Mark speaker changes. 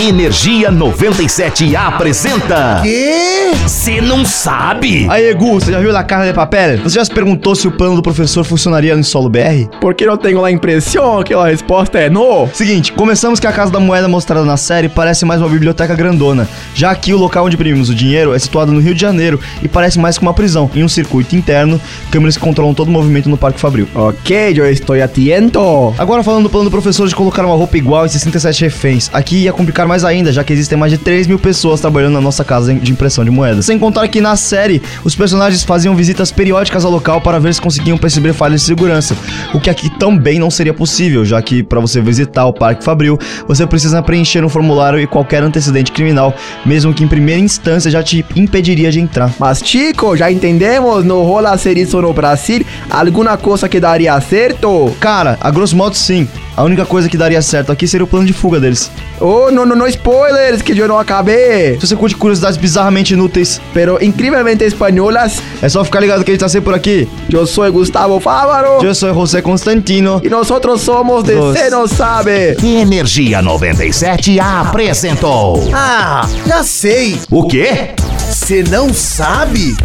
Speaker 1: Energia 97 apresenta.
Speaker 2: Quê?
Speaker 1: Você não sabe?
Speaker 2: Aí, Gu, você já viu La Casa de Papel? Você já se perguntou se o plano do professor funcionaria no solo BR?
Speaker 3: Porque eu tenho a impressão que a resposta é no.
Speaker 2: Seguinte, começamos que a Casa da Moeda mostrada na série parece mais uma biblioteca grandona. Já aqui, o local onde imprimimos o dinheiro é situado no Rio de Janeiro e parece mais que uma prisão, em um circuito interno, câmeras que controlam todo o movimento no Parque Fabril.
Speaker 3: Ok, eu estou atento.
Speaker 2: Agora falando do plano do professor de colocar uma roupa igual em 67 reféns. Aqui ia complicar mais ainda, já que existem mais de 3 mil pessoas trabalhando na nossa casa de impressão de moedas. Sem contar que na série, os personagens faziam visitas periódicas ao local para ver se conseguiam perceber falhas de segurança. O que aqui também não seria possível, já que para você visitar o Parque Fabril, você precisa preencher um formulário e qualquer antecedente criminal, mesmo que em primeira instância já te impediria de entrar.
Speaker 3: Mas chico, já entendemos, no rola ser isso no Brasil, alguma coisa que daria certo?
Speaker 2: Cara, a grosso modo sim. A única coisa que daria certo aqui seria o plano de fuga deles.
Speaker 3: Oh, não, não, não spoilers, que eu não acabei.
Speaker 2: Se você curte curiosidades bizarramente inúteis,
Speaker 3: Pero incrivelmente espanholas,
Speaker 2: é só ficar ligado que ele tá sempre por aqui.
Speaker 3: eu sou Gustavo Fávaro
Speaker 2: Eu sou José Constantino.
Speaker 3: e nós outros somos de
Speaker 2: Dos.
Speaker 3: Cê Não Sabe.
Speaker 1: Energia 97 apresentou.
Speaker 4: Ah, já sei.
Speaker 1: O quê?
Speaker 4: Você não sabe?